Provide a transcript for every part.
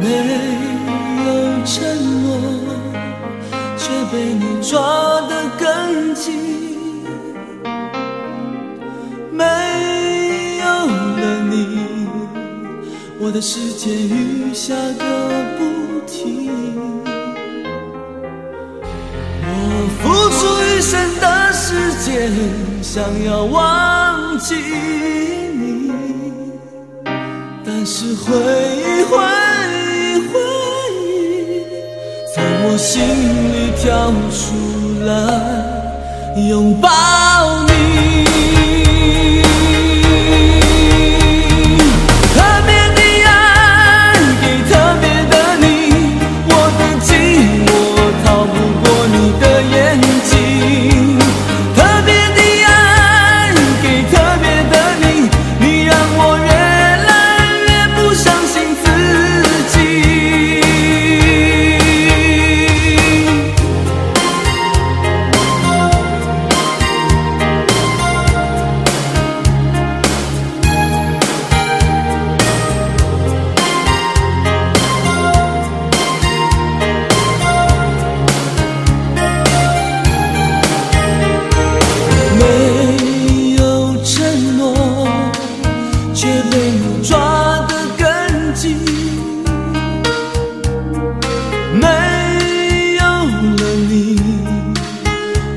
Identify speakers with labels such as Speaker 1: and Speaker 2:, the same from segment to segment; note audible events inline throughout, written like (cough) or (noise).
Speaker 1: 没有承诺，却被你抓得更紧；没有了你，我的世界雨下个不停。我付出一生的时间，想要忘记你。但是回忆，回忆，回忆，从我心里跳出来，拥抱你。特别的爱给特别的你，我的寂寞逃不过你的眼睛。特别的爱给特别的你，你让我越来越不相信自己。没有承诺，却被你抓得更紧；没有了你，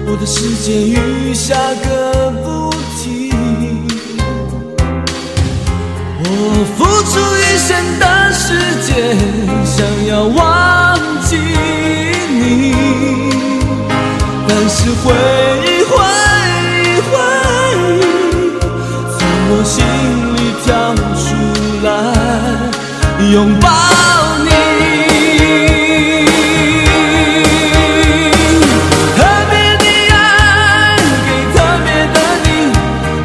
Speaker 1: 我的世界雨下个不停。我付出一生的时间，想要忘记你。但是回忆，回忆，回忆，从我心里跳出来，拥抱你。特别的爱给特别的你，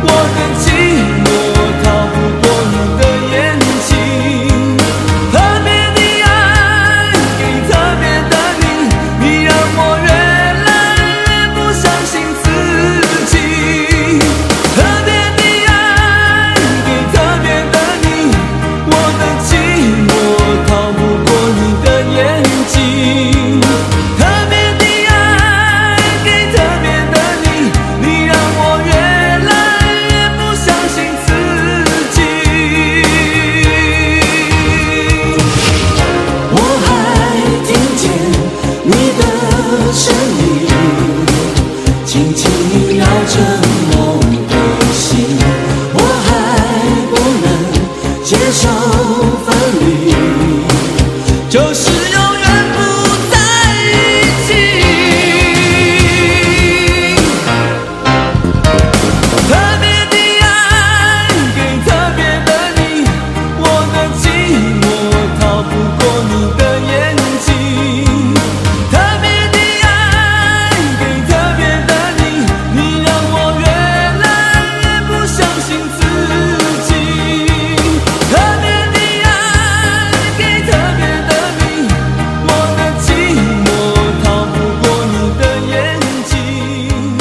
Speaker 1: 我的寂寞逃不过你的眼睛。特别的爱给特别的你，你让我越来越不相信自己。特别的爱给特别的你，我的寂寞逃不过你的眼睛。特别的爱给特别的你，你让我越来越不相信自己。我还听见你的声音，轻轻萦绕着我的心。我还不能接受分离，就是永远不在一起。特别的爱给特别的你，我的寂寞逃不过你的眼睛。特别的爱给特别的你，你让我越来越不相信自己。特别的爱给特别的你，我的寂寞逃不过你的眼睛。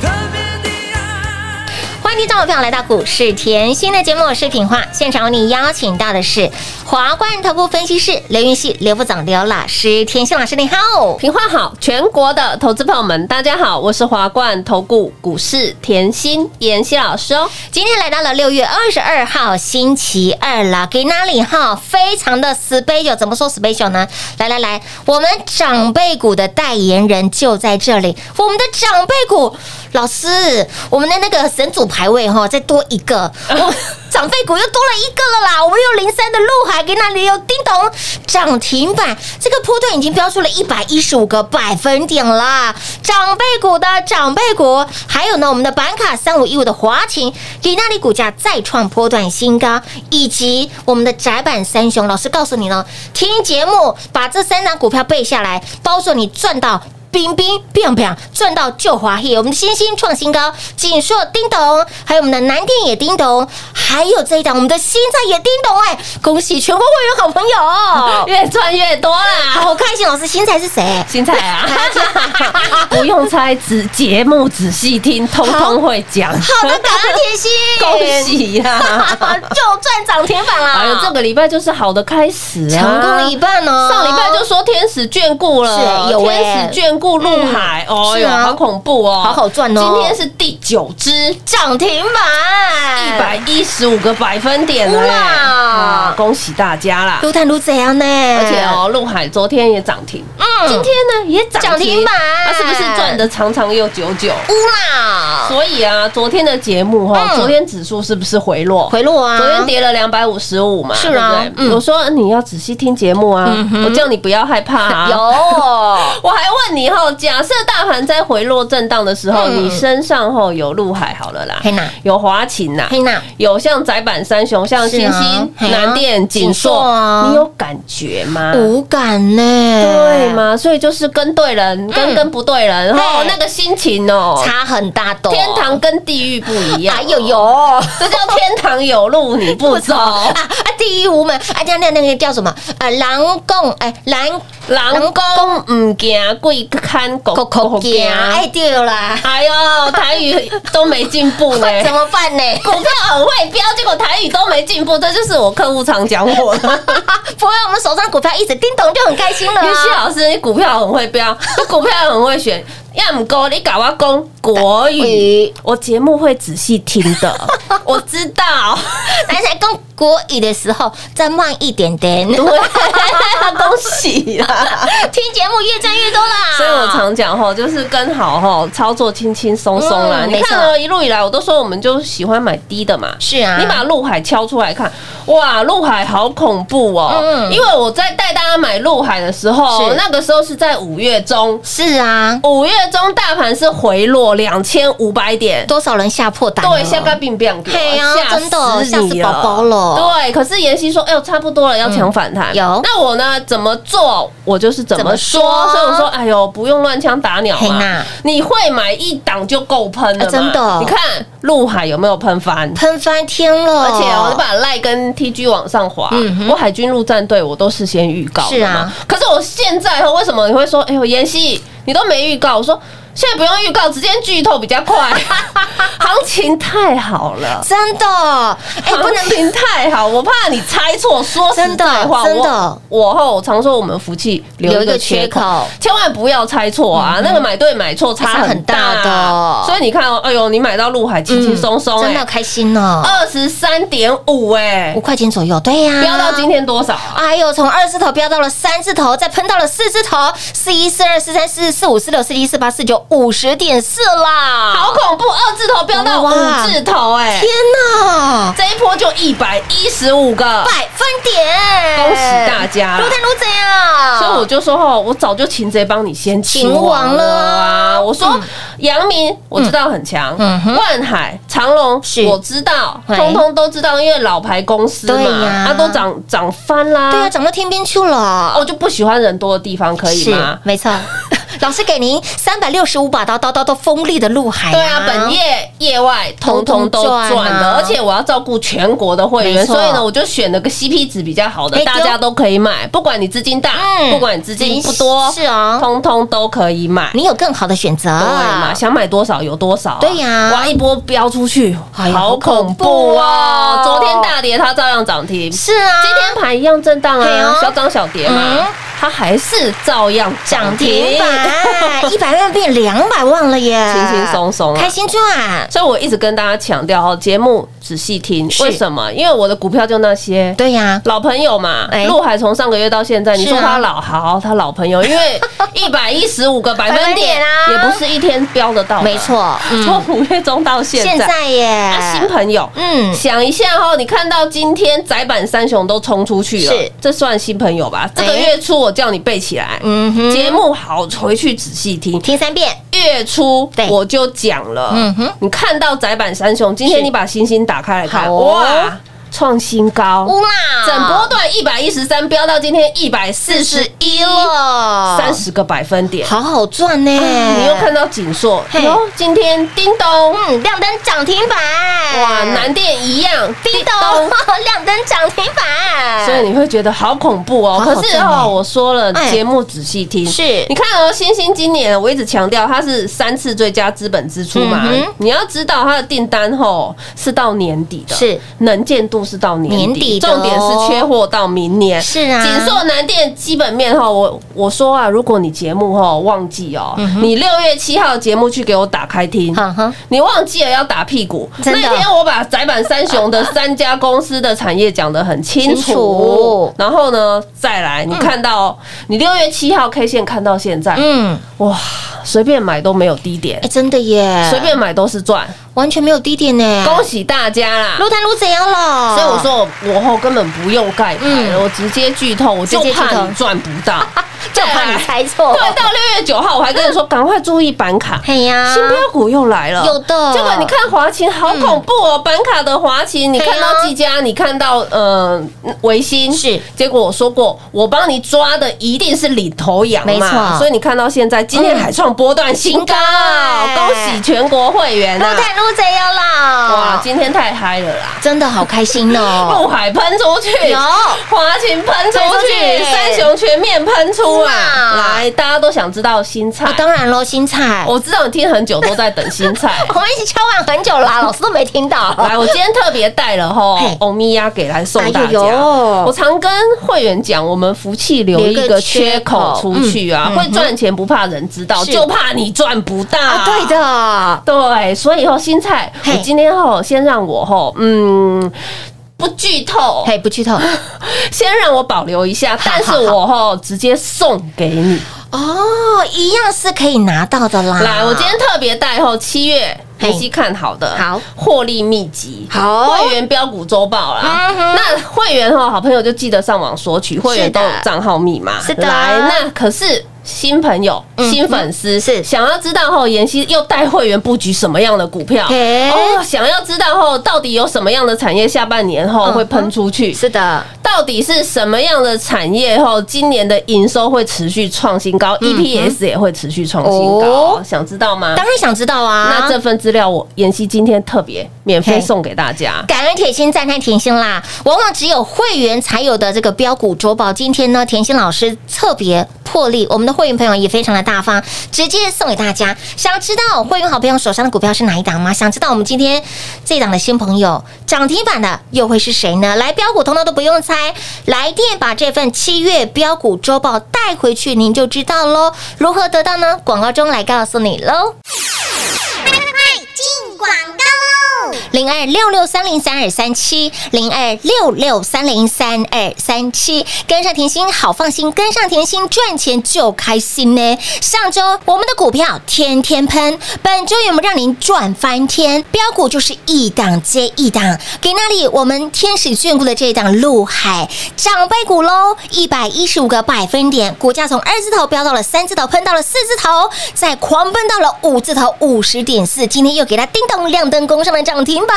Speaker 1: 特别的爱。
Speaker 2: 欢迎听众朋友来到股市甜心的节目，我是品化。现场为你邀请到的是华冠投顾分析师刘云熙、刘部长、刘老师，甜心老师你好。
Speaker 3: 平话好，全国的投资朋友们，大家好，我是华冠投顾股市甜心妍希老师哦。
Speaker 2: 今天来到了六月二十二号星期二了，给哪里哈？非常的 special，怎么说 special 呢？来来来，我们长辈股的代言人就在这里，我们的长辈股老师，我们的那个神主牌位哈，再多一个，我长辈股又多了一个了啦。我们有零三的陆海，给哪里有叮咚涨停板？这个波段已经标出了一百一十五个百分点啦，长辈股的长辈股，还有呢，我们的板卡三五一五的华勤，给那里股价再创波段新高，以及我们的窄板三雄，老师告诉你呢，听节目把这三档股票背下来，包准你赚到。比冰冰变变赚到就华裔，我们的星星创新高，锦硕叮咚，还有我们的南电也叮咚，还有这一档我们的新在也叮咚哎、恭喜全国会员好朋友，
Speaker 3: 越赚越多啦！
Speaker 2: 好开心！老师新在是
Speaker 3: (laughs)
Speaker 2: 谁？
Speaker 3: 新菜啊，不用猜，只节目仔细听，通通会讲。
Speaker 2: 好的，感恩甜心，
Speaker 3: 恭！喜呀、
Speaker 2: 啊就赚涨停板啦！
Speaker 3: 哎呦，这个礼拜就是好的开始、啊，
Speaker 2: 成功了一半哦，
Speaker 3: 上礼拜就说天使眷顾了，
Speaker 2: 是有欸
Speaker 3: 天使眷顾入海，哦
Speaker 2: 是
Speaker 3: 哟，
Speaker 2: 啊
Speaker 3: 好恐怖哦，
Speaker 2: 好好赚哦
Speaker 3: 今天是第九只，
Speaker 2: 涨停板，
Speaker 3: 一百一十五个百分点了
Speaker 2: 哇
Speaker 3: 耶，啊恭喜大家啦！
Speaker 2: 撸碳撸怎样呢？
Speaker 3: 而
Speaker 2: 而
Speaker 3: 且，哦，陆海昨天也涨停，
Speaker 2: 嗯，
Speaker 3: 哦今天呢也涨
Speaker 2: 涨停
Speaker 3: 停
Speaker 2: 板
Speaker 3: 啊是不是赚的长长又久久？
Speaker 2: 乌啦，
Speaker 3: 所以啊，昨天的节目哈，
Speaker 2: 嗯
Speaker 3: 昨天指数是不是回落？
Speaker 2: 回落啊，
Speaker 3: 昨天跌了两百五十五嘛，
Speaker 2: 是啊
Speaker 3: 对不对
Speaker 2: 嗯
Speaker 3: 我说你要仔细听节目啊，
Speaker 2: 嗯哼
Speaker 3: 我叫你不要害怕 (laughs) 啊。
Speaker 2: 有，
Speaker 3: 我还问你哈，假设大盘在回落震荡的时候，
Speaker 2: 嗯
Speaker 3: 你身上哈有陆海好了啦
Speaker 2: 嘿呐，
Speaker 3: 有华勤呐，
Speaker 2: 黑娜，
Speaker 3: 有像窄板三雄，像
Speaker 2: 是
Speaker 3: 星
Speaker 2: 啊
Speaker 3: 星、
Speaker 2: 嘿啊
Speaker 3: 南电、锦
Speaker 2: 锦硕啊
Speaker 3: 硕，你有感觉吗？
Speaker 2: 无感呢，
Speaker 3: 啊对？吗？所以就是跟对人，
Speaker 2: 嗯
Speaker 3: 跟跟不对人，哦
Speaker 2: 嘿，
Speaker 3: 那个心情哦，
Speaker 2: 差很大的，
Speaker 3: 天堂跟地狱不一
Speaker 2: (laughs)
Speaker 3: 样。
Speaker 2: 哎呦，呦，
Speaker 3: 这叫天堂有路你不走，
Speaker 2: 啊啊，地狱无门，啊，那那那个叫什么？呃，狼共，哎，狼
Speaker 3: 狼公唔行，鬼看狗
Speaker 2: 狗
Speaker 3: 狗
Speaker 2: 狗
Speaker 3: 行
Speaker 2: 行，。哎，对啦，
Speaker 3: 哎呦，台语都没进步
Speaker 2: (laughs)
Speaker 3: 呢。
Speaker 2: 怎么办呢？
Speaker 3: 股票很会飙，结果台语都没进步，这就是我客户常讲我的。
Speaker 2: 不会，我们手上股票一直叮咚就很开心了啊，
Speaker 3: 云熙老师，你股票很会飙，你股票很会选，要唔够你搞我讲国语，我节目会仔细听的，我知 (laughs) 道。
Speaker 2: 来才讲国语的时候再慢一点点，
Speaker 3: 恭喜啦！
Speaker 2: 听节目越赚越多啦。
Speaker 3: 所以我常讲吼，就是跟好吼操作轻轻松松啦。
Speaker 2: 嗯
Speaker 3: 你看
Speaker 2: 没
Speaker 3: 哦，一路以来我都说我们就喜欢买低的嘛，
Speaker 2: 是啊，
Speaker 3: 你把陆海敲出来看，哇，陆海好恐怖哦！
Speaker 2: 嗯
Speaker 3: 因为我在带大家买陆海的时候
Speaker 2: 是，
Speaker 3: 那个时候是在五月中，
Speaker 2: 是啊，
Speaker 3: 五月中大盘是回落两千五百点，
Speaker 2: 多少人吓破胆了？
Speaker 3: 对，下个病变给
Speaker 2: 嘿啊
Speaker 3: 我，吓
Speaker 2: 真的
Speaker 3: 死
Speaker 2: 吓死
Speaker 3: 你
Speaker 2: 宝宝了
Speaker 3: 对，可是妍希说，哎呦，差不多了，要抢反弹。
Speaker 2: 有
Speaker 3: 那我呢？怎么做？我就是怎么说。
Speaker 2: 怎么说
Speaker 3: 所以我说，哎呦，不用乱枪打鸟
Speaker 2: 嘿
Speaker 3: 嘛
Speaker 2: 呐。
Speaker 3: 你会买一档就够喷了嘛
Speaker 2: 啊真的
Speaker 3: 你看陆海有没有喷翻？
Speaker 2: 喷翻天了，
Speaker 3: 而且我把赖跟 TG 往上滑，
Speaker 2: 哦嗯哼
Speaker 3: 我海军陆战队我都事先预告的嘛
Speaker 2: 是啊，
Speaker 3: 可是我现在为什么你会说，哎呦，妍希你都没预告？我说现在不用预告，直接剧透比较
Speaker 2: (laughs)
Speaker 3: 快，行情太好了。
Speaker 2: 真的，哎，不能
Speaker 3: 行情太好，我怕你猜错。说实在话，
Speaker 2: 真的真的
Speaker 3: 我我吼我常说我们福气留
Speaker 2: 留
Speaker 3: 一
Speaker 2: 一
Speaker 3: 个
Speaker 2: 个
Speaker 3: 缺
Speaker 2: 缺
Speaker 3: 口，
Speaker 2: 口，嗯
Speaker 3: 千万不要猜错啊！那个买对买错差
Speaker 2: 差很
Speaker 3: 很大
Speaker 2: 大的嗯
Speaker 3: 所以你看哦，哎呦，你买到陆海轻轻松松，
Speaker 2: 真
Speaker 3: 哎
Speaker 2: 的开心哦，
Speaker 3: 二十三点五哎
Speaker 2: 五，块钱左右，对呀，
Speaker 3: 飙到今。天多少啊？
Speaker 2: 哎呦，从二字头飙到了三字头，再喷到了四字头，四一、四二、四三、四四、四五、四六、四七、四八、四九，五十点四啦！
Speaker 3: 好恐怖，二字头飙到
Speaker 2: 哇
Speaker 3: 五字头哎、
Speaker 2: 天哪，
Speaker 3: 这一波就一百一十五个，
Speaker 2: 百分点！
Speaker 3: 恭喜大家啦
Speaker 2: 撸！蛋撸怎样？
Speaker 3: 所以我就说吼，我早就擒贼帮你先擒
Speaker 2: 擒
Speaker 3: 王
Speaker 2: 王
Speaker 3: 了
Speaker 2: 了
Speaker 3: 啊！
Speaker 2: 啊
Speaker 3: 我说阳明我知道很强，
Speaker 2: 嗯哼
Speaker 3: 万海、长隆
Speaker 2: 是
Speaker 3: 我知道，
Speaker 2: 喂
Speaker 3: 通通都知道，因为老牌公司嘛，
Speaker 2: 对呀
Speaker 3: 啊都涨涨翻啦。
Speaker 2: 对啊，涨到天边去
Speaker 3: 啊
Speaker 2: 了。
Speaker 3: 我就不喜欢人多的地方，可以吗
Speaker 2: 是？，没
Speaker 3: (laughs)
Speaker 2: 错。老师给您三百六十五把刀，刀刀都锋利的陆海、
Speaker 3: 对啊，本业业外通通都
Speaker 2: 哎通通
Speaker 3: 赚
Speaker 2: 赚
Speaker 3: 的，
Speaker 2: 啊
Speaker 3: 而且我要照顾全国的会员，
Speaker 2: 没错
Speaker 3: 所以呢，我就选了个 CP 值比较好的，
Speaker 2: 哎
Speaker 3: 大
Speaker 2: 丢
Speaker 3: 家都可以买，不管你资金大，
Speaker 2: 嗯
Speaker 3: 不管你资金不多，
Speaker 2: 是啊
Speaker 3: 通通都可以买。
Speaker 2: 你有更好的选择。啊
Speaker 3: 对嘛，想买多少有多少啊，
Speaker 2: 对呀
Speaker 3: 哇，一波飙出去，
Speaker 2: 哎呀
Speaker 3: 好恐怖哦！
Speaker 2: 好恐怖哦
Speaker 3: 昨天大跌，它照样涨停，今
Speaker 2: 是啊，
Speaker 3: 天盘一样震荡
Speaker 2: 对
Speaker 3: 啊
Speaker 2: 哦，
Speaker 3: 小涨小跌嘛
Speaker 2: 嗯，
Speaker 3: 它还是照样涨
Speaker 2: 涨
Speaker 3: 停
Speaker 2: 停。板一百万变两百万了耶，
Speaker 3: 轻轻松松啊
Speaker 2: 开心赚。
Speaker 3: 所以我一直跟大家强调哦，节目仔细听，
Speaker 2: 是
Speaker 3: 为什么？因为我的股票就那些。
Speaker 2: 对呀、
Speaker 3: 老朋友嘛
Speaker 2: 哎，
Speaker 3: 陆海从上个月到现在，你
Speaker 2: 是啊
Speaker 3: 说他老好，他老朋友，
Speaker 2: (laughs)
Speaker 3: 因为一百一十五个百分
Speaker 2: 百分
Speaker 3: 点
Speaker 2: 点啊
Speaker 3: 也不是一天飙得到的，
Speaker 2: 没错，嗯
Speaker 3: 从五月中到现
Speaker 2: 现
Speaker 3: 在，
Speaker 2: 在耶，
Speaker 3: 啊，新朋友。
Speaker 2: 嗯，
Speaker 3: 想一下哦，你看到今天窄板三雄都冲出去了
Speaker 2: 是，
Speaker 3: 这算新朋友吧？这
Speaker 2: 哎
Speaker 3: 个月初我叫你背起来，
Speaker 2: 嗯哼
Speaker 3: 节目好回去仔细听。
Speaker 2: 听三遍，
Speaker 3: 月初
Speaker 2: 对
Speaker 3: 我就讲了，
Speaker 2: 嗯哼
Speaker 3: 你看到窄板三雄，今天
Speaker 2: 是
Speaker 3: 你把星星打开来看，
Speaker 2: 好哦
Speaker 3: 哇，创新高，
Speaker 2: 乌啦，
Speaker 3: 整波段一百一十三飙到今天一百四十一
Speaker 2: 一了，
Speaker 3: 三，十个百分点。嗯
Speaker 2: 好好赚呢。
Speaker 3: 啊你又看到锦硕，
Speaker 2: 嘿
Speaker 3: 哟，今天叮咚，
Speaker 2: 嗯，亮灯涨停板，
Speaker 3: 哇，南电一样
Speaker 2: 叮咚，亮灯涨停板，
Speaker 3: 所以你会觉得好恐怖哦。
Speaker 2: 好好
Speaker 3: 可是
Speaker 2: 赚欸
Speaker 3: 哦，我说了
Speaker 2: 哎，
Speaker 3: 节目仔细听。
Speaker 2: 是
Speaker 3: 你看哦，星星今年我一直强调它是三次最佳资本支出嘛
Speaker 2: 嗯哼，
Speaker 3: 你要知道它的订单吼是到年底的，
Speaker 2: 是
Speaker 3: 能见度是到年
Speaker 2: 年底
Speaker 3: 底，
Speaker 2: 的哦
Speaker 3: 重点是缺货到明年。
Speaker 2: 是啊
Speaker 3: 锦硕南电基本面哈，我我说啊，如果你节目哈忘记哦，你六月七号节目去给我打开听，
Speaker 2: 嗯哼，
Speaker 3: 你忘记了要打屁股。
Speaker 2: 真
Speaker 3: 那
Speaker 2: 的
Speaker 3: 天我把窄板三雄的三家公司的产业讲得很清
Speaker 2: 清
Speaker 3: 楚
Speaker 2: 楚，
Speaker 3: 然后呢，再来你看到、你六月七号 K 线看到现在，
Speaker 2: 嗯，
Speaker 3: 哇，随便买都没有低点
Speaker 2: 哎，，哎真的耶，
Speaker 3: 随便买都是赚，
Speaker 2: 完全没有低点呢，
Speaker 3: 恭喜大家啦！
Speaker 2: 撸碳撸怎样了？
Speaker 3: 所以我，说我我后根本不用盖牌了，
Speaker 2: 嗯
Speaker 3: 我直接剧透，我就
Speaker 2: 直接剧
Speaker 3: 怕
Speaker 2: 透
Speaker 3: 你赚不到，
Speaker 2: (laughs) 就怕你哎猜错，
Speaker 3: 对，到六月九号我还跟你说，赶快注意板卡。
Speaker 2: 嘿呀，
Speaker 3: 新标股又来了，
Speaker 2: 啊有的嗯
Speaker 3: 结果你看华勤好恐怖哦，板卡的华勤，你
Speaker 2: 对啊
Speaker 3: 看到技嘉，你看到呃维新
Speaker 2: 是，
Speaker 3: 结果我说过，我帮你抓的一定是领头羊嘛，
Speaker 2: 没错
Speaker 3: 所以你看到现在，今天
Speaker 2: 嗯
Speaker 3: 还创波段新高，
Speaker 2: 新高
Speaker 3: 恭喜全国会员
Speaker 2: 撸
Speaker 3: 啊！
Speaker 2: 碳撸怎样了？
Speaker 3: 哇，今天太嗨了啦！
Speaker 2: 真的好开心哦！
Speaker 3: (laughs) 陆海喷出去，
Speaker 2: 有
Speaker 3: 华勤喷出
Speaker 2: 喷出
Speaker 3: 去，
Speaker 2: 去
Speaker 3: 三雄全面喷出啊！
Speaker 2: 哇
Speaker 3: 来，大家都想知道新菜
Speaker 2: 啊，，当然喽，新菜，
Speaker 3: 我知道你听很久都在等新
Speaker 2: (laughs)。
Speaker 3: 菜
Speaker 2: 我们一起敲碗很久啦，老师都没听到。
Speaker 3: 来，我今天特别带了吼
Speaker 2: 嘿
Speaker 3: 欧米亚给来送大
Speaker 2: 哎
Speaker 3: 家。
Speaker 2: 呦呦
Speaker 3: 我常跟会员讲，我们福气留一个缺口出去啊，
Speaker 2: 嗯
Speaker 3: 会赚钱不怕人知道，
Speaker 2: 是
Speaker 3: 就怕你赚不到。
Speaker 2: 啊，对。的，
Speaker 3: 对，所以哦，新菜，
Speaker 2: 嘿
Speaker 3: 我今天哦，先让我哦，嗯，不剧透，
Speaker 2: 嘿，不剧透
Speaker 3: 先让我保留一下，
Speaker 2: 好
Speaker 3: 但是我哦，直接送给你。
Speaker 2: 哦，一样是可以拿到的啦。
Speaker 3: 来，我今天特别带后七月
Speaker 2: 嘿
Speaker 3: 妍希看好的，
Speaker 2: 好
Speaker 3: 获利秘籍，
Speaker 2: 好
Speaker 3: 会员标股周报啦
Speaker 2: 哦嗯。哼
Speaker 3: 那会员哈，好朋友就记得上网索取，会员
Speaker 2: 是的
Speaker 3: 都有账号密码。
Speaker 2: 是的
Speaker 3: 来，那可是。新朋友、
Speaker 2: 嗯
Speaker 3: 新粉丝、
Speaker 2: 是
Speaker 3: 想要知道后，妍希又带会员布局什么样的股票？
Speaker 2: 嘿
Speaker 3: 哦，想要知道后到底有什么样的产业下半年后
Speaker 2: 嗯哼
Speaker 3: 会喷出去？
Speaker 2: 是的，
Speaker 3: 到底是什么样的产业后今年的营收会持续创新高、e
Speaker 2: 嗯
Speaker 3: p s 也会持续创新高、
Speaker 2: 哦
Speaker 3: 想知道吗？
Speaker 2: 当然想知道啊。
Speaker 3: 那这份资料我妍希今天特别免费
Speaker 2: 嘿
Speaker 3: 送给大家。
Speaker 2: 感恩甜心，赞叹甜心啦！往往只有会员才有的这个标股周报，今天呢，甜心老师特别破例，我们的会员朋友也非常的大方，直接送给大家。想知道会员好朋友手上的股票是哪一档吗？想知道我们今天这档的新朋友涨停板的又会是谁呢？来标股通通都不用猜，来电把这份七月标股周报带回去，您就知道喽。如何得到呢？广告中来告诉你喽。零二六六三零三二三七，零二六六三零三二三七，跟上甜心好放心，跟上甜心赚钱就开心呢。上周我们的股票天天喷，本周有没有让您赚翻天？标股就是一档接一档，给那里我们天使眷顾的这一档陆海长辈股喽，一百一十五个百分点，股价从二字头飙到了三字头，喷到了四字头，再狂奔到了五字头五十点四，今天又给它叮咚亮灯攻上了涨停板。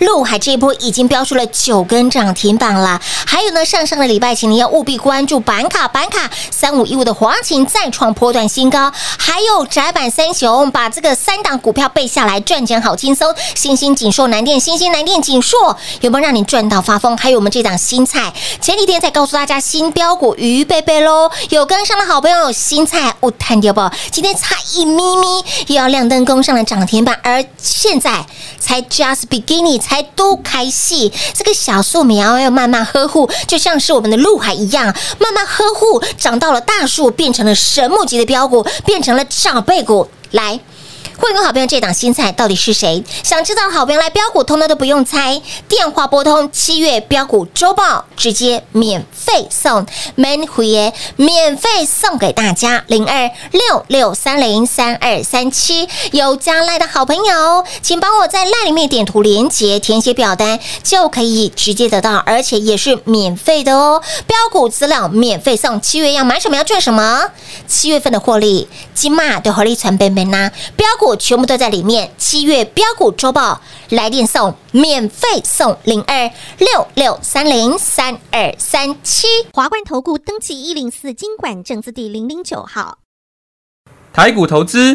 Speaker 2: 陆海这一波已经飙出了九根涨停板了。还有呢，上上个礼拜，请您要务必关注板卡板卡三五一五的黄金再创波段新高，还有窄板三雄，把这个三档股票背下来，赚钱好轻松。新兴锦硕南电，新兴南电锦硕有没有让你赚到发疯？还有我们这档新菜，前几天才告诉大家新标股鱼贝贝喽，有跟上的好朋友，新菜我探掉不？今天差一咪咪又要亮灯攻上了涨停板，而现在才 just beginning，才都开戏，这个小树苗要慢慢呵护，就像是我们的陆海一样，慢慢呵护，长到了大树，变成了神木级的标股，变成了长辈股，来。会员好朋友，这档新菜到底是谁？想知道的好朋友来标股，通通都不用猜，电话拨通七月标股周报，直接免费送 man 虎爷，免费送给大家零二六六三零三二三七。有加赖的好朋友，请帮我在赖里面点图连接，填写表单就可以直接得到，而且也是免费的哦。标股资料免费送，七月要买什么要赚什么，七月份的获利，金马的获利传本本呐，标股。
Speaker 4: 股全部都在里面。七月标股周报来电送，免费送零二六六三零三二三七。
Speaker 2: 华冠投顾登记一零四经管证字第零零九号，
Speaker 5: 台股投资，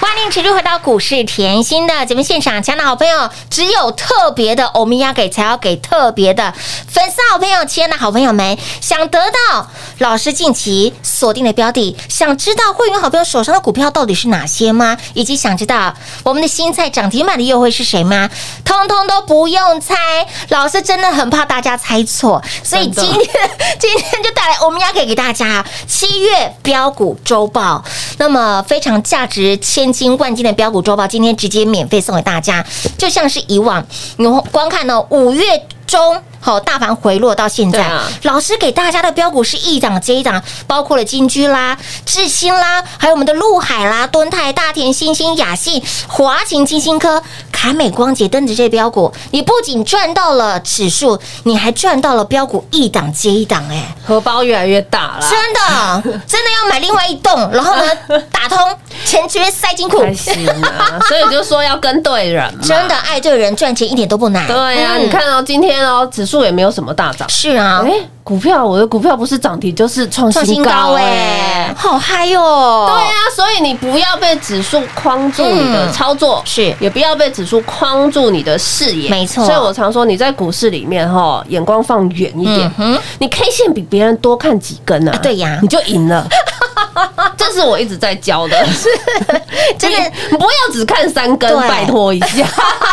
Speaker 4: 欢迎持续回到股市甜心的节目现场，亲爱的好朋友，只有特别的欧米亚给才要给特别的粉丝好朋友，亲爱的好朋友们，想得到老师近期锁定的标的，想知道会员好朋友手上的股票到底是哪些吗？以及想知道我们的新菜涨停板的优惠是谁吗？通通都不用猜，老师真的很怕大家猜错，所以今天今天就带来欧米亚给给大家七月标股周报，那么非常价值千金万金的标股周报，今天直接免费送给大家。就像是以往，你光看呢、五月中。好，大盘回落到现在，
Speaker 3: 对啊
Speaker 4: 老师给大家的标股是一档接一档，包括了金居啦、智新啦，还有我们的陆海啦、敦泰、大田、新兴、雅信、华勤、金星科、凯美光捷等等这些标股，你不仅赚到了指数，你还赚到了标股一档接一档、哎。
Speaker 3: 荷包越来越大了，
Speaker 4: 真
Speaker 3: 啊
Speaker 4: 的，真的要买另外一栋，然后呢，打通钱直接
Speaker 3: (laughs)
Speaker 4: 塞进库，
Speaker 3: 开心啊！所以就说要跟对人嘛，
Speaker 4: 真的爱对人赚钱一点都不难。
Speaker 3: 对呀、
Speaker 4: 嗯
Speaker 3: 你看哦，今天哦，指数也没有什么大涨。
Speaker 4: 是啊，
Speaker 3: 哎，股票我的股票不是涨停就是创
Speaker 4: 创
Speaker 3: 新
Speaker 4: 新
Speaker 3: 高
Speaker 4: 高
Speaker 3: 哎
Speaker 4: 哎，。好嗨哟！
Speaker 3: 对啊，所以你不要被指数框住你的
Speaker 4: 嗯
Speaker 3: 操作，
Speaker 4: 是
Speaker 3: 也不要被指数框住你的视野，
Speaker 4: 没错
Speaker 3: 所以我常说，你在股市里面哈，眼光放远一点
Speaker 4: 嗯，哼，
Speaker 3: 你 K 线比别人多看几根啊，
Speaker 4: 啊对呀
Speaker 3: 你就赢
Speaker 4: (laughs)
Speaker 3: 了。这是我一直在教的，是
Speaker 4: 真的
Speaker 3: 不要只看三根，
Speaker 4: 对
Speaker 3: 拜托一
Speaker 4: (laughs)
Speaker 3: 下，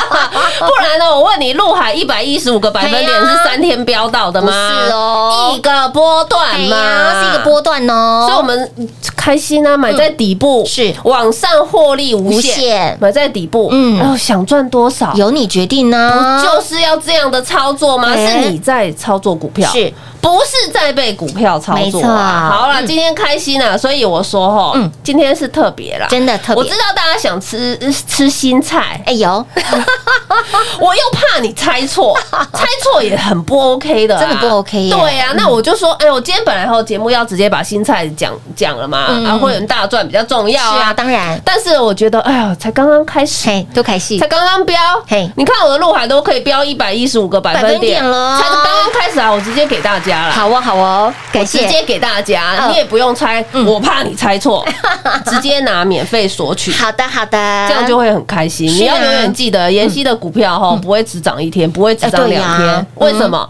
Speaker 3: 不然呢？我问你，陆海一百一十五个百分点
Speaker 4: 哎呀
Speaker 3: 是三天飙到的吗？
Speaker 4: 不是哦
Speaker 3: 一个波段
Speaker 4: 哎
Speaker 3: 嘛，
Speaker 4: 呀，是一个波段哦，嗯
Speaker 3: 所以我们开心啊，买在底部、
Speaker 4: 是
Speaker 3: 往上获利无
Speaker 4: 无
Speaker 3: 限，
Speaker 4: 限
Speaker 3: 买在底部，
Speaker 4: 嗯
Speaker 3: 嗯，然后想赚多少。
Speaker 4: 由你决定呢，
Speaker 3: 就是啊要这样的操作吗？
Speaker 4: 哎
Speaker 3: 是你在操作股票，
Speaker 4: 是
Speaker 3: 不是在被股票操
Speaker 4: 没
Speaker 3: 作
Speaker 4: 错
Speaker 3: 啊？好了，今天开心啊，所以我说吼，
Speaker 4: 嗯
Speaker 3: 今天是特别啦，
Speaker 4: 真的特别
Speaker 3: 我知道大家想吃吃新菜，
Speaker 4: 哎有，
Speaker 3: 我又怕你猜
Speaker 4: (laughs)
Speaker 3: 错，猜错也很不 OK 的啊、
Speaker 4: 真的不 OK 耶嗯
Speaker 3: 对呀、那我就说，哎，我今天本来后节目要直接把新菜讲讲了嘛，
Speaker 4: 嗯
Speaker 3: 啊，会员大赚比较重要
Speaker 4: 是啊，
Speaker 3: 啊。
Speaker 4: 当然，
Speaker 3: 但是我觉得，哎呀，才刚刚开始。
Speaker 4: 嘿，多开心
Speaker 3: 才，刚刚标
Speaker 4: 嘿，
Speaker 3: 你看我的陆海都可以标一百一十五个百分
Speaker 4: 百分
Speaker 3: 点
Speaker 4: 点了
Speaker 3: 才刚刚开始啊！我直接给大家了，
Speaker 4: 好哦好哦，感
Speaker 3: 直
Speaker 4: 谢。
Speaker 3: 接给大家，
Speaker 4: 嗯
Speaker 3: 你也不用猜，我怕你猜
Speaker 4: (laughs)
Speaker 3: 错，直接拿免费索取。
Speaker 4: 好的，好的，
Speaker 3: 这样就会很开心。
Speaker 4: 是啊嗯
Speaker 3: 你要永远记得，妍希的股票哈不会只涨一天，不会只涨两
Speaker 4: 哎对
Speaker 3: 天
Speaker 4: 呀。
Speaker 3: 为什么？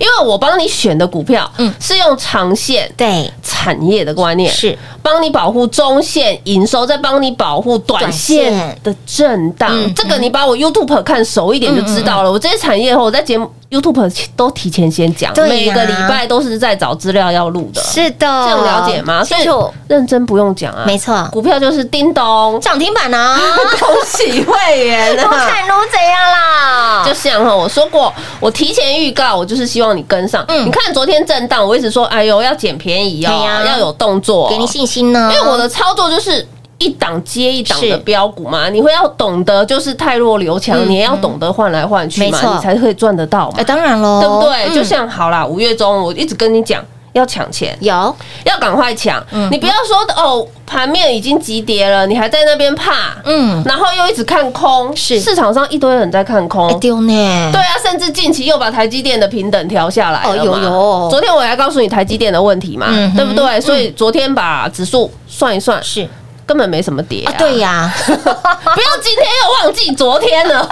Speaker 3: 因为我帮你选的股票
Speaker 4: 嗯
Speaker 3: 是用长线
Speaker 4: 对，
Speaker 3: 产业的观念，
Speaker 4: 是
Speaker 3: 帮你保护中线营收，再帮你保护短
Speaker 4: 短
Speaker 3: 线
Speaker 4: 线
Speaker 3: 的震荡
Speaker 4: 嗯。
Speaker 3: 这个你把我 YouTube 看熟一点就知道了。我这些产业后，我在节目 YouTube 都提前先讲，
Speaker 4: 对呀
Speaker 3: 每个礼拜都是在找资料要录的。
Speaker 4: 是哦的，
Speaker 3: 这样了解吗？所以
Speaker 4: 清楚，
Speaker 3: 认真不用讲啊，
Speaker 4: 没错
Speaker 3: 股票就是叮咚，
Speaker 4: 涨停板
Speaker 3: 啊
Speaker 4: (laughs) 呢，
Speaker 3: 恭喜会员
Speaker 4: 多
Speaker 3: 啊！
Speaker 4: 看如怎样啦？
Speaker 3: 就像哈，我说过，我提前预告，我就是希望你跟上。
Speaker 4: 嗯
Speaker 3: 你看昨天震荡，我一直说，哎呦，要捡便宜哦，
Speaker 4: 对呀
Speaker 3: 要有动作哦，
Speaker 4: 给你信心呢，
Speaker 3: 因为我的操作就是一档接一档
Speaker 4: 是
Speaker 3: 的标股嘛，你会要懂得就是汰弱留强，
Speaker 4: 嗯
Speaker 3: 你也要懂得换来换去
Speaker 4: 没
Speaker 3: 嘛，
Speaker 4: 错
Speaker 3: 你才会赚得到嘛
Speaker 4: 哎，，当然喽，
Speaker 3: 对不对？
Speaker 4: 嗯
Speaker 3: 就像好啦，五月中我一直跟你讲。要抢钱，
Speaker 4: 有
Speaker 3: 要赶快抢。
Speaker 4: 嗯
Speaker 3: 你不要说哦，盘面已经急跌了，你还在那边怕，
Speaker 4: 嗯
Speaker 3: 然后又一直看空，
Speaker 4: 是
Speaker 3: 市场上一堆人在看空，
Speaker 4: 哎丢呢，
Speaker 3: 哎对，啊，甚至近期又把台积电的平等调下来了嘛
Speaker 4: 哦有有
Speaker 3: 昨天我还告诉你台积电的问题嘛，
Speaker 4: 嗯哼
Speaker 3: 对不对？所以昨天把指数算一算，
Speaker 4: 是
Speaker 3: 根本没什么跌
Speaker 4: 啊，
Speaker 3: (laughs)
Speaker 4: 对呀，
Speaker 3: 不要今天又忘记昨天 (laughs) 了。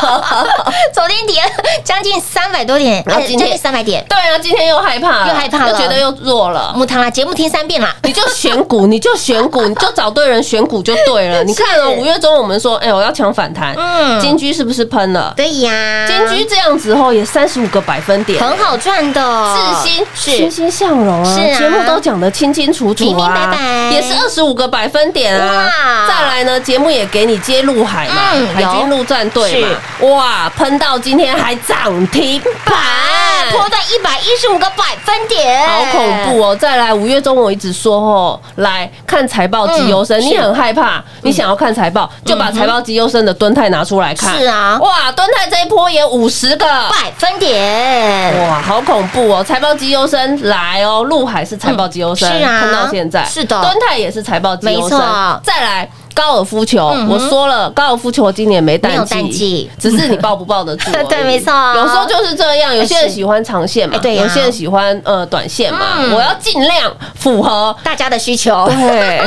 Speaker 4: 昨天跌将近三百多点，
Speaker 3: 然后
Speaker 4: 哎
Speaker 3: 今
Speaker 4: 将
Speaker 3: 天
Speaker 4: 近三百点，
Speaker 3: 对啊，今天又害怕了，
Speaker 4: 又害怕了
Speaker 3: 又觉得又弱了。
Speaker 4: 木糖啦，节目听三遍啦，
Speaker 3: 你就选 (laughs) 股，你就选股，你就找对人选股就对了。你看哦，五月中我们说，哎、我要抢反弹，
Speaker 4: 嗯
Speaker 3: 金居是不是喷了？
Speaker 4: 对呀，
Speaker 3: 金居这样子后也三十五个百分点，
Speaker 4: 很好赚的，
Speaker 3: 自新啊欣
Speaker 4: 是
Speaker 3: 欣向荣啊，
Speaker 4: 是啊
Speaker 3: 节目都讲得清清楚楚啊，
Speaker 4: 明明白白
Speaker 3: 也是二十五个百分点啊
Speaker 4: 哇。
Speaker 3: 再来呢，节目也给你接陆海嘛，
Speaker 4: 嗯
Speaker 3: 海军陆战队嘛，哇，喷到今天还涨停板。
Speaker 4: 啊，破断一百一十五个百分点，
Speaker 3: 好恐怖哦！再来，五月中我一直说哦，来看财报绩优生，
Speaker 4: 嗯
Speaker 3: 你很害怕，你想要看财报，就把财报绩优生的敦泰拿出来看。
Speaker 4: 是啊
Speaker 3: 哇，敦泰这一波也五十个，
Speaker 4: 百分点，
Speaker 3: 哇，哎好恐怖哦！财报绩优生来哦，陆海是财报绩优生，
Speaker 4: 嗯是啊
Speaker 3: 看到现在
Speaker 4: 是的
Speaker 3: 敦泰也是财报绩优
Speaker 4: 没
Speaker 3: 生
Speaker 4: 错，
Speaker 3: 再来。高尔夫球，
Speaker 4: 嗯哼
Speaker 3: 我说了，高尔夫球今年没淡
Speaker 4: 没
Speaker 3: 季，
Speaker 4: 有淡季
Speaker 3: 只是你抱不抱
Speaker 4: (laughs)
Speaker 3: 得住而已。
Speaker 4: 对没错
Speaker 3: 有时候就是这样，有些人喜欢长线嘛，
Speaker 4: 哎对呀
Speaker 3: 有些人喜欢呃短线嘛。
Speaker 4: 嗯
Speaker 3: 我要尽量符合
Speaker 4: 大家的需求
Speaker 3: 对，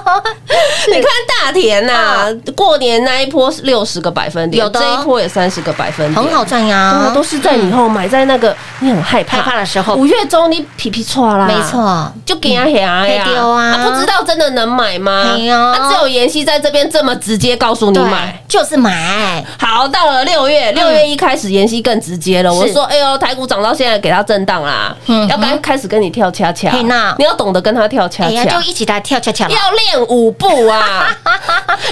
Speaker 3: (laughs) 你看大田
Speaker 4: (laughs)
Speaker 3: 呐、过年那一波六十个百分点，
Speaker 4: 啊有的哦
Speaker 3: 这一波也三十个百分点，
Speaker 4: 很好赚呀
Speaker 3: 真的，都是在你后买，在那个你很害怕
Speaker 4: 啊害怕的时候
Speaker 3: 五月中你皮皮错啦，
Speaker 4: 没，错，
Speaker 3: 就给他吓呀
Speaker 4: 嘿对，啊
Speaker 3: 不知道真的能买吗？
Speaker 4: 嘿哟
Speaker 3: 啊只有妍希在这边这么直接告诉你
Speaker 4: 对嗯
Speaker 3: 买。
Speaker 4: 就是买，
Speaker 3: 好，到了六月，六月一开始，妍希更直接了。我说，哎呦，台股涨到现在，给它震荡啦，
Speaker 4: 嗯
Speaker 3: 要该开始跟你跳恰恰
Speaker 4: 嘿呐，
Speaker 3: 你要懂得跟他跳恰
Speaker 4: 哎呀，
Speaker 3: 恰
Speaker 4: 就，一起来跳跳跳啦，
Speaker 3: 要练舞步啊。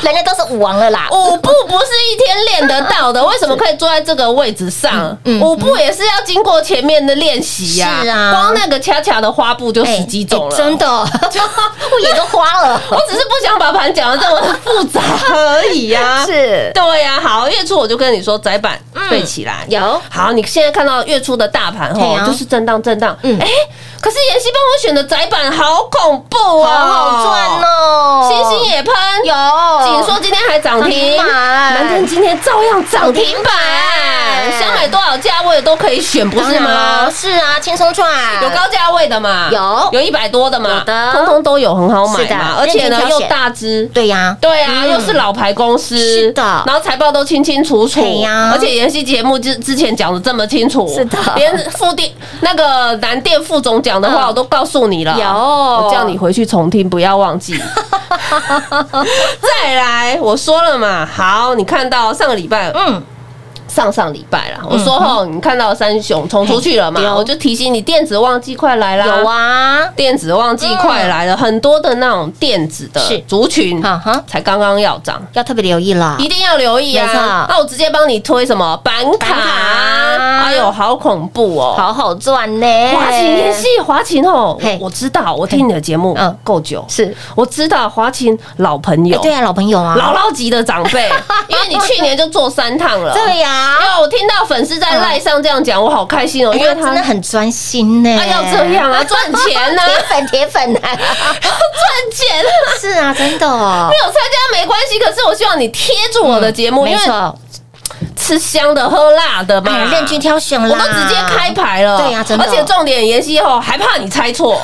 Speaker 4: 人家都是舞王了啦，
Speaker 3: (laughs) 舞步不是一天练得到的，为什么可以坐在这个位置上？
Speaker 4: 嗯嗯
Speaker 3: 舞步也是要经过前面的练习呀。
Speaker 4: 是啊
Speaker 3: 光那个恰恰的花步就
Speaker 4: 哎
Speaker 3: 十几种了。
Speaker 4: 哎真的，我眼都花了，
Speaker 3: (laughs) 我只是不想把盘讲的这么复杂而已呀。
Speaker 4: (laughs) 是嗯
Speaker 3: 对呀、好，月初我就跟你说，窄板背起来。
Speaker 4: 有
Speaker 3: 好，你现在看到月初的大盘
Speaker 4: 对
Speaker 3: 吼，
Speaker 4: 啊
Speaker 3: 就是震荡震荡。
Speaker 4: 嗯
Speaker 3: 哎，可是妍希帮我选的窄板好恐怖哦，
Speaker 4: 好好赚。哦，
Speaker 3: 星星也喷，
Speaker 4: 有
Speaker 3: 紧说今天还涨停，
Speaker 4: 涨停板
Speaker 3: 南天今天照样涨停
Speaker 4: 涨停
Speaker 3: 板，
Speaker 4: 板
Speaker 3: 想买多少价位都可以选，不是
Speaker 4: 当然
Speaker 3: 吗
Speaker 4: 了？是啊，轻松赚，
Speaker 3: 有高价位的嘛？
Speaker 4: 有
Speaker 3: 有一百多的嘛？
Speaker 4: 有的
Speaker 3: 通通都有，很好买
Speaker 4: 是的
Speaker 3: 嘛。而且呢
Speaker 4: 任，君挑
Speaker 3: 又
Speaker 4: 选
Speaker 3: 大只。
Speaker 4: 对呀，
Speaker 3: 对啊，
Speaker 4: 嗯
Speaker 3: 又是老牌公司，
Speaker 4: 是的
Speaker 3: 然后财报都清清楚楚
Speaker 4: 对，呀
Speaker 3: 而且妍希节目之之前讲的这么清楚，
Speaker 4: 是的
Speaker 3: 连副店那个南店副总讲的话，
Speaker 4: 嗯
Speaker 3: 我都告诉你了，
Speaker 4: 有
Speaker 3: 我叫你回去重听，不要忘记。 (laughs) 再来，我说了嘛，好，你看到上个礼拜，
Speaker 4: 嗯，
Speaker 3: 上上礼拜啦，我说吼，你看到三雄冲出去了嘛
Speaker 4: 嘿，有
Speaker 3: 我就提醒你电子旺季快来啦，
Speaker 4: 有啊，
Speaker 3: 电子旺季快来了，很多的那种电子
Speaker 4: 是
Speaker 3: 的族群
Speaker 4: 哈哈，
Speaker 3: 才刚刚要涨。
Speaker 4: 要特别留意了，
Speaker 3: 一定要留意
Speaker 4: 没错
Speaker 3: 啊！那我直接帮你推什么板
Speaker 4: 板
Speaker 3: 卡？
Speaker 4: 卡
Speaker 3: 哎呦，好恐怖哦！
Speaker 4: 好好赚呢，
Speaker 3: 华勤也是华勤哦
Speaker 4: 哎嘿，
Speaker 3: 我我知道，我听你的节目
Speaker 4: 嗯
Speaker 3: 够久，
Speaker 4: 是
Speaker 3: 我知道华勤老朋友
Speaker 4: 哎，对啊，老朋友啊，
Speaker 3: 姥姥级的长
Speaker 4: (laughs)
Speaker 3: 辈，因为你去年就做三趟了，
Speaker 4: 对呀，
Speaker 3: 因为我听到粉丝在赖上这样讲，我好开心哦，
Speaker 4: 哎
Speaker 3: 因为
Speaker 4: 呀，
Speaker 3: 他
Speaker 4: 真的很专心呢。
Speaker 3: 他要这样啊，赚钱呢、
Speaker 4: 铁粉铁粉啊，
Speaker 3: (laughs) 赚钱啊，
Speaker 4: 是啊，真的哦
Speaker 3: 没。有参加没关系，可是我希望你贴住我的节目，因
Speaker 4: 没
Speaker 3: 为
Speaker 4: 错，
Speaker 3: 吃香的喝辣的
Speaker 4: 哎
Speaker 3: 嘛，
Speaker 4: 呀，任君挑选啦，
Speaker 3: 我都直接开牌了，
Speaker 4: 对呀真的
Speaker 3: 而且重点妍希后还怕你猜错，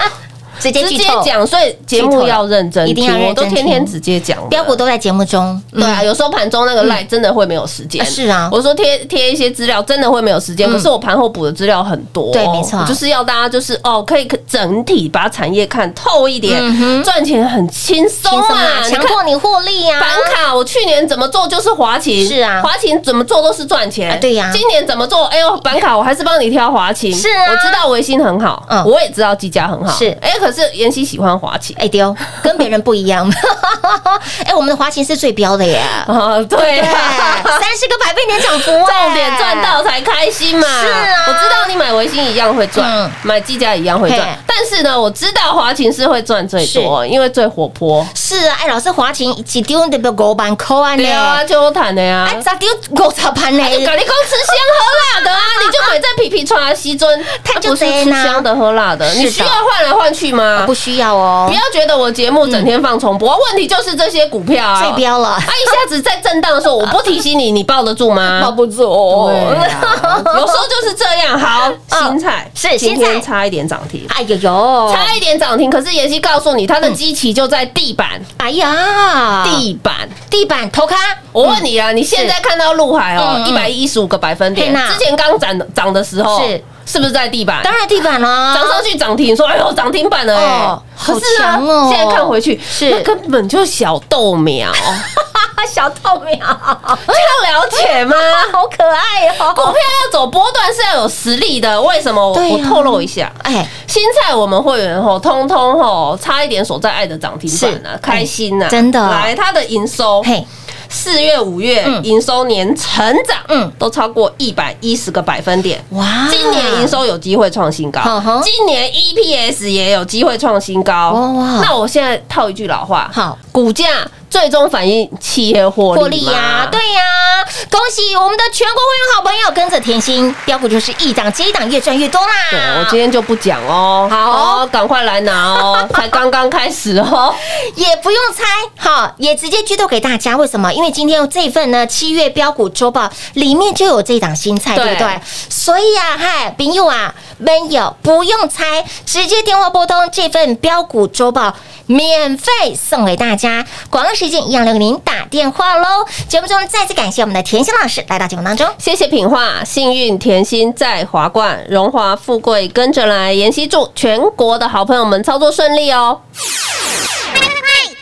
Speaker 4: (laughs) 直接
Speaker 3: 直
Speaker 4: 剧
Speaker 3: 接
Speaker 4: 透，
Speaker 3: 讲，所以节目要认真
Speaker 4: 一定要
Speaker 3: 听，我
Speaker 4: 认
Speaker 3: 都
Speaker 4: 真听
Speaker 3: 天天直接讲的，
Speaker 4: 标股都在节目中，
Speaker 3: 对啊，
Speaker 4: 嗯
Speaker 3: 有时候盘中那个赖真的会没有时间、
Speaker 4: 啊是啊嗯
Speaker 3: 我说贴贴一些资料，真的会没有时间。可是我盘后补的资料很多，
Speaker 4: 对没错
Speaker 3: 我就是要大家就是哦，可以整体把产业看透一点
Speaker 4: 嗯，哼
Speaker 3: 赚、钱很轻松
Speaker 4: 轻松
Speaker 3: 啊
Speaker 4: 啊，！
Speaker 3: 你
Speaker 4: 强
Speaker 3: 看
Speaker 4: 迫你获利啊，
Speaker 3: 板卡，我去年怎么做就是华勤，
Speaker 4: 是啊
Speaker 3: 华勤怎么做都是赚钱，
Speaker 4: 啊对呀
Speaker 3: 今年怎么做？哎呦，板卡我还是帮你挑华勤，
Speaker 4: 是啊
Speaker 3: 我知道维新很好，
Speaker 4: 嗯
Speaker 3: 我也知道技嘉很好，
Speaker 4: 是
Speaker 3: 哎、可是妍希喜欢华勤。
Speaker 4: 哎丢，跟别人不一
Speaker 3: (laughs)
Speaker 4: 样。哎，我们的华勤是最标的耶，
Speaker 3: 啊， (laughs) 对
Speaker 4: 对，
Speaker 3: 啊 (laughs)
Speaker 4: 三十个百倍点涨幅，哎
Speaker 3: 重点赚。到才开心嘛！
Speaker 4: 是啊
Speaker 3: 我知道你买维新一样会赚
Speaker 4: 嗯，
Speaker 3: 买技嘉一样会
Speaker 4: 嘿
Speaker 3: 赚，但是呢，我知道华勤是会赚最多，因为最活泼。
Speaker 4: 是啊，哎，老师华勤一丢得不五万块啊呢
Speaker 3: 对，啊，就谈的呀。
Speaker 4: 哎，咋丢五十盘呢
Speaker 3: 哎，？就跟你讲吃香喝辣的啊，
Speaker 4: (laughs)
Speaker 3: 你就买在皮皮穿啊西尊，它
Speaker 4: 就
Speaker 3: 不是
Speaker 4: 贼
Speaker 3: 吃
Speaker 4: 呢
Speaker 3: 香的喝辣的，
Speaker 4: 是的
Speaker 3: 你需要换来换去吗？
Speaker 4: 不需要哦
Speaker 3: 不，要觉得我节目整天放重播，问题就是这些股票啊，
Speaker 4: 最标了
Speaker 3: 啊，一下子在震荡的时候，我不提醒你，你抱得住吗？
Speaker 4: 抱
Speaker 3: 不住，(laughs)
Speaker 4: 啊
Speaker 3: 有时候就是这样。
Speaker 4: (laughs)
Speaker 3: 好，
Speaker 4: 嗯
Speaker 3: 新菜
Speaker 4: 是
Speaker 3: 今
Speaker 4: 新菜
Speaker 3: 天差一点涨停。
Speaker 4: 哎呦呦，
Speaker 3: 差一点涨停，可是妍希告诉你，它的基期就在地板，
Speaker 4: 哎呀，
Speaker 3: 地板。
Speaker 4: 地板头咖，
Speaker 3: 我问你啊，你现在看到陆海哦
Speaker 4: 嗯，
Speaker 3: 一百一十五个百分点
Speaker 4: 天，哪
Speaker 3: 之前刚涨涨的时候，
Speaker 4: 是
Speaker 3: 是不是在地板？
Speaker 4: 当然地板啊啦，
Speaker 3: 涨上去涨停，说哎呦涨停板了哎
Speaker 4: 哦，
Speaker 3: 可是
Speaker 4: 好
Speaker 3: 啊
Speaker 4: 强哦，
Speaker 3: 现在看回去
Speaker 4: 是
Speaker 3: 那根本就是小豆苗，
Speaker 4: 小透明，
Speaker 3: 这样了解吗？
Speaker 4: 好可爱 (laughs) 哦，
Speaker 3: 股票要走波段是要有实力的，为什么？我
Speaker 4: 对啊
Speaker 3: 我透露一下，
Speaker 4: 哎，
Speaker 3: 新菜我们会员吼，通通吼差一点锁在爱的涨停板
Speaker 4: 是
Speaker 3: 啊，开心呐、
Speaker 4: 嗯真的
Speaker 3: 来，它的营收
Speaker 4: 嘿，
Speaker 3: 四月、五月
Speaker 4: 嗯
Speaker 3: 营收年成长，
Speaker 4: 嗯
Speaker 3: 嗯，啊都超过一百一十个百分点。
Speaker 4: 哇，
Speaker 3: 今年营收有机会创新高
Speaker 4: 哼哼，
Speaker 3: 今年 EPS 也有机会创新高
Speaker 4: 哇哇。
Speaker 3: 那我现在套一句老话，
Speaker 4: 好，
Speaker 3: 股价最终反映企业获利
Speaker 4: 获利呀、
Speaker 3: 嘛啊
Speaker 4: 对呀、恭喜我们的全国会员好朋友跟着甜心标股就是一档接一档，越赚越多啦。
Speaker 3: 对，我今天就不讲哦。
Speaker 4: 好
Speaker 3: 哦，赶快来拿哦，才刚刚开始哦。
Speaker 4: 也不用猜，好，也直接剧透给大家。为什么？因为今天这份呢七月标股周报里面就有这档新菜，对
Speaker 3: 对
Speaker 4: 不对？所以啊，嗨，朋友啊，朋友不用猜，直接电话拨通这份标股周报，免费送给大家。广告时间一样留给您打电话喽。节目中再次感谢我们的甜心老师来到节目当中。
Speaker 3: 谢谢品画，幸运甜心在华冠，荣华富贵跟着来。妍希祝全国的好朋友们操作顺利哦。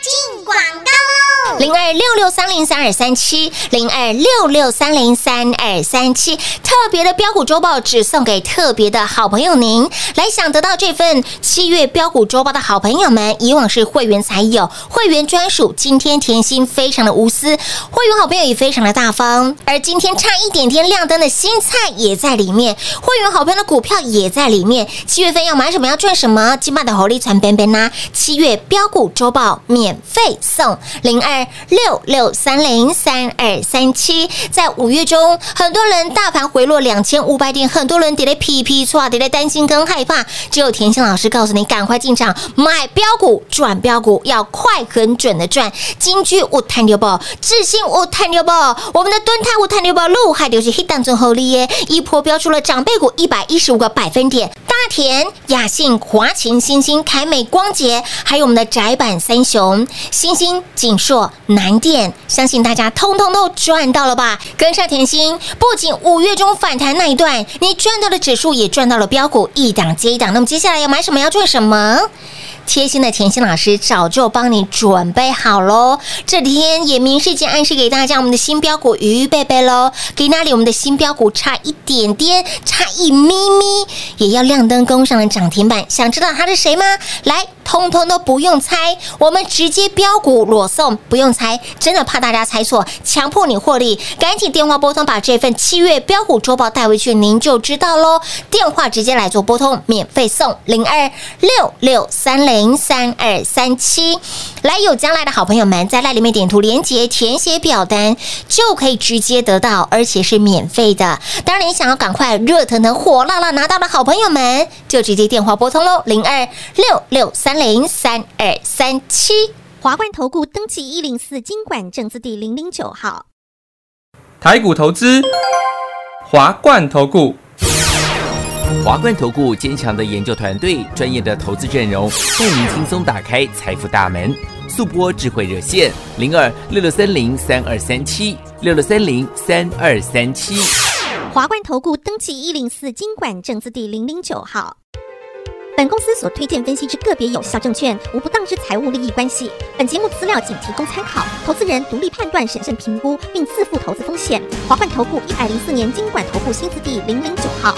Speaker 2: 进广告喽！
Speaker 4: 零二六六三零三二三七，零二六六三零三二三七，特别的标股周报只送给特别的好朋友您。来想得到这份七月标股周报的好朋友们，以往是会员才有，会员专属。今天甜心非常的无私，会员好朋友也非常的大方。而今天差一点点亮灯的新菜也在里面，会员好朋友的股票也在里面。七月份要买什么，要赚什么，今晚的红利传边边啦。七月标股周报免费送零二六六三零三二三七。在五月中，很多人大盘回落两千五百点，很多人跌得屁屁错，跌得担心跟害怕。只有甜心老师告诉你，赶快进场买标股，转标股，要快很准的赚。金居我探六报，智信我探六报，我们的敦泰我探六报，陆海流是黑当中后利耶，一波标出了长辈股一百一十五个百分点。大田、雅信、华勤、新星、凯美、光捷，还有我们的窄板三雄，新星、锦硕、南电，相信大家通通都赚到了吧？跟上甜心，不仅五月中反弹那一段，你赚到了指数，也赚到了标股，一档接一档。那么接下来要买什么？要赚什么？贴心的甜心老师早就帮你准备好喽。这几天也明示间暗示给大家，我们的新标股鱼贝贝喽，给那里我们的新标股差一点点，差一咪咪也要亮灯攻上了涨停板。想知道它是谁吗？来，通通都不用猜，我们直接标股裸送，不用猜，真的怕大家猜错，强迫你获利，赶紧电话拨通，把这份七月标股周报带回去，您就知道喽。电话直接来做拨通，免费送零二六六三零三二三七。来，有将来的好朋友们，在那里面点图连接，填写表单就可以直接得到，而且是免费的。当然，你想要赶快热腾腾、火辣辣拿到的好朋友们，就直接电话拨通喽，零二六六三零三二三七。
Speaker 2: 华冠投顾登记一零四经管证字第零零九号。
Speaker 5: 台股投资，华冠投顾。
Speaker 6: 华冠投顾坚强的研究团队，专业的投资阵容，带您轻松打开财富大门。速播智慧热线零二六六三零三二三七六六三零三二三七。
Speaker 2: 华冠投顾登记一零四经管证字第零零九号。本公司所推荐分析之个别有效证券，无不当之财务利益关系。本节目资料仅提供参考，投资人独立判断、审慎评估，并自负投资风险。华冠投顾一百零四年经管投顾新字第零零九号。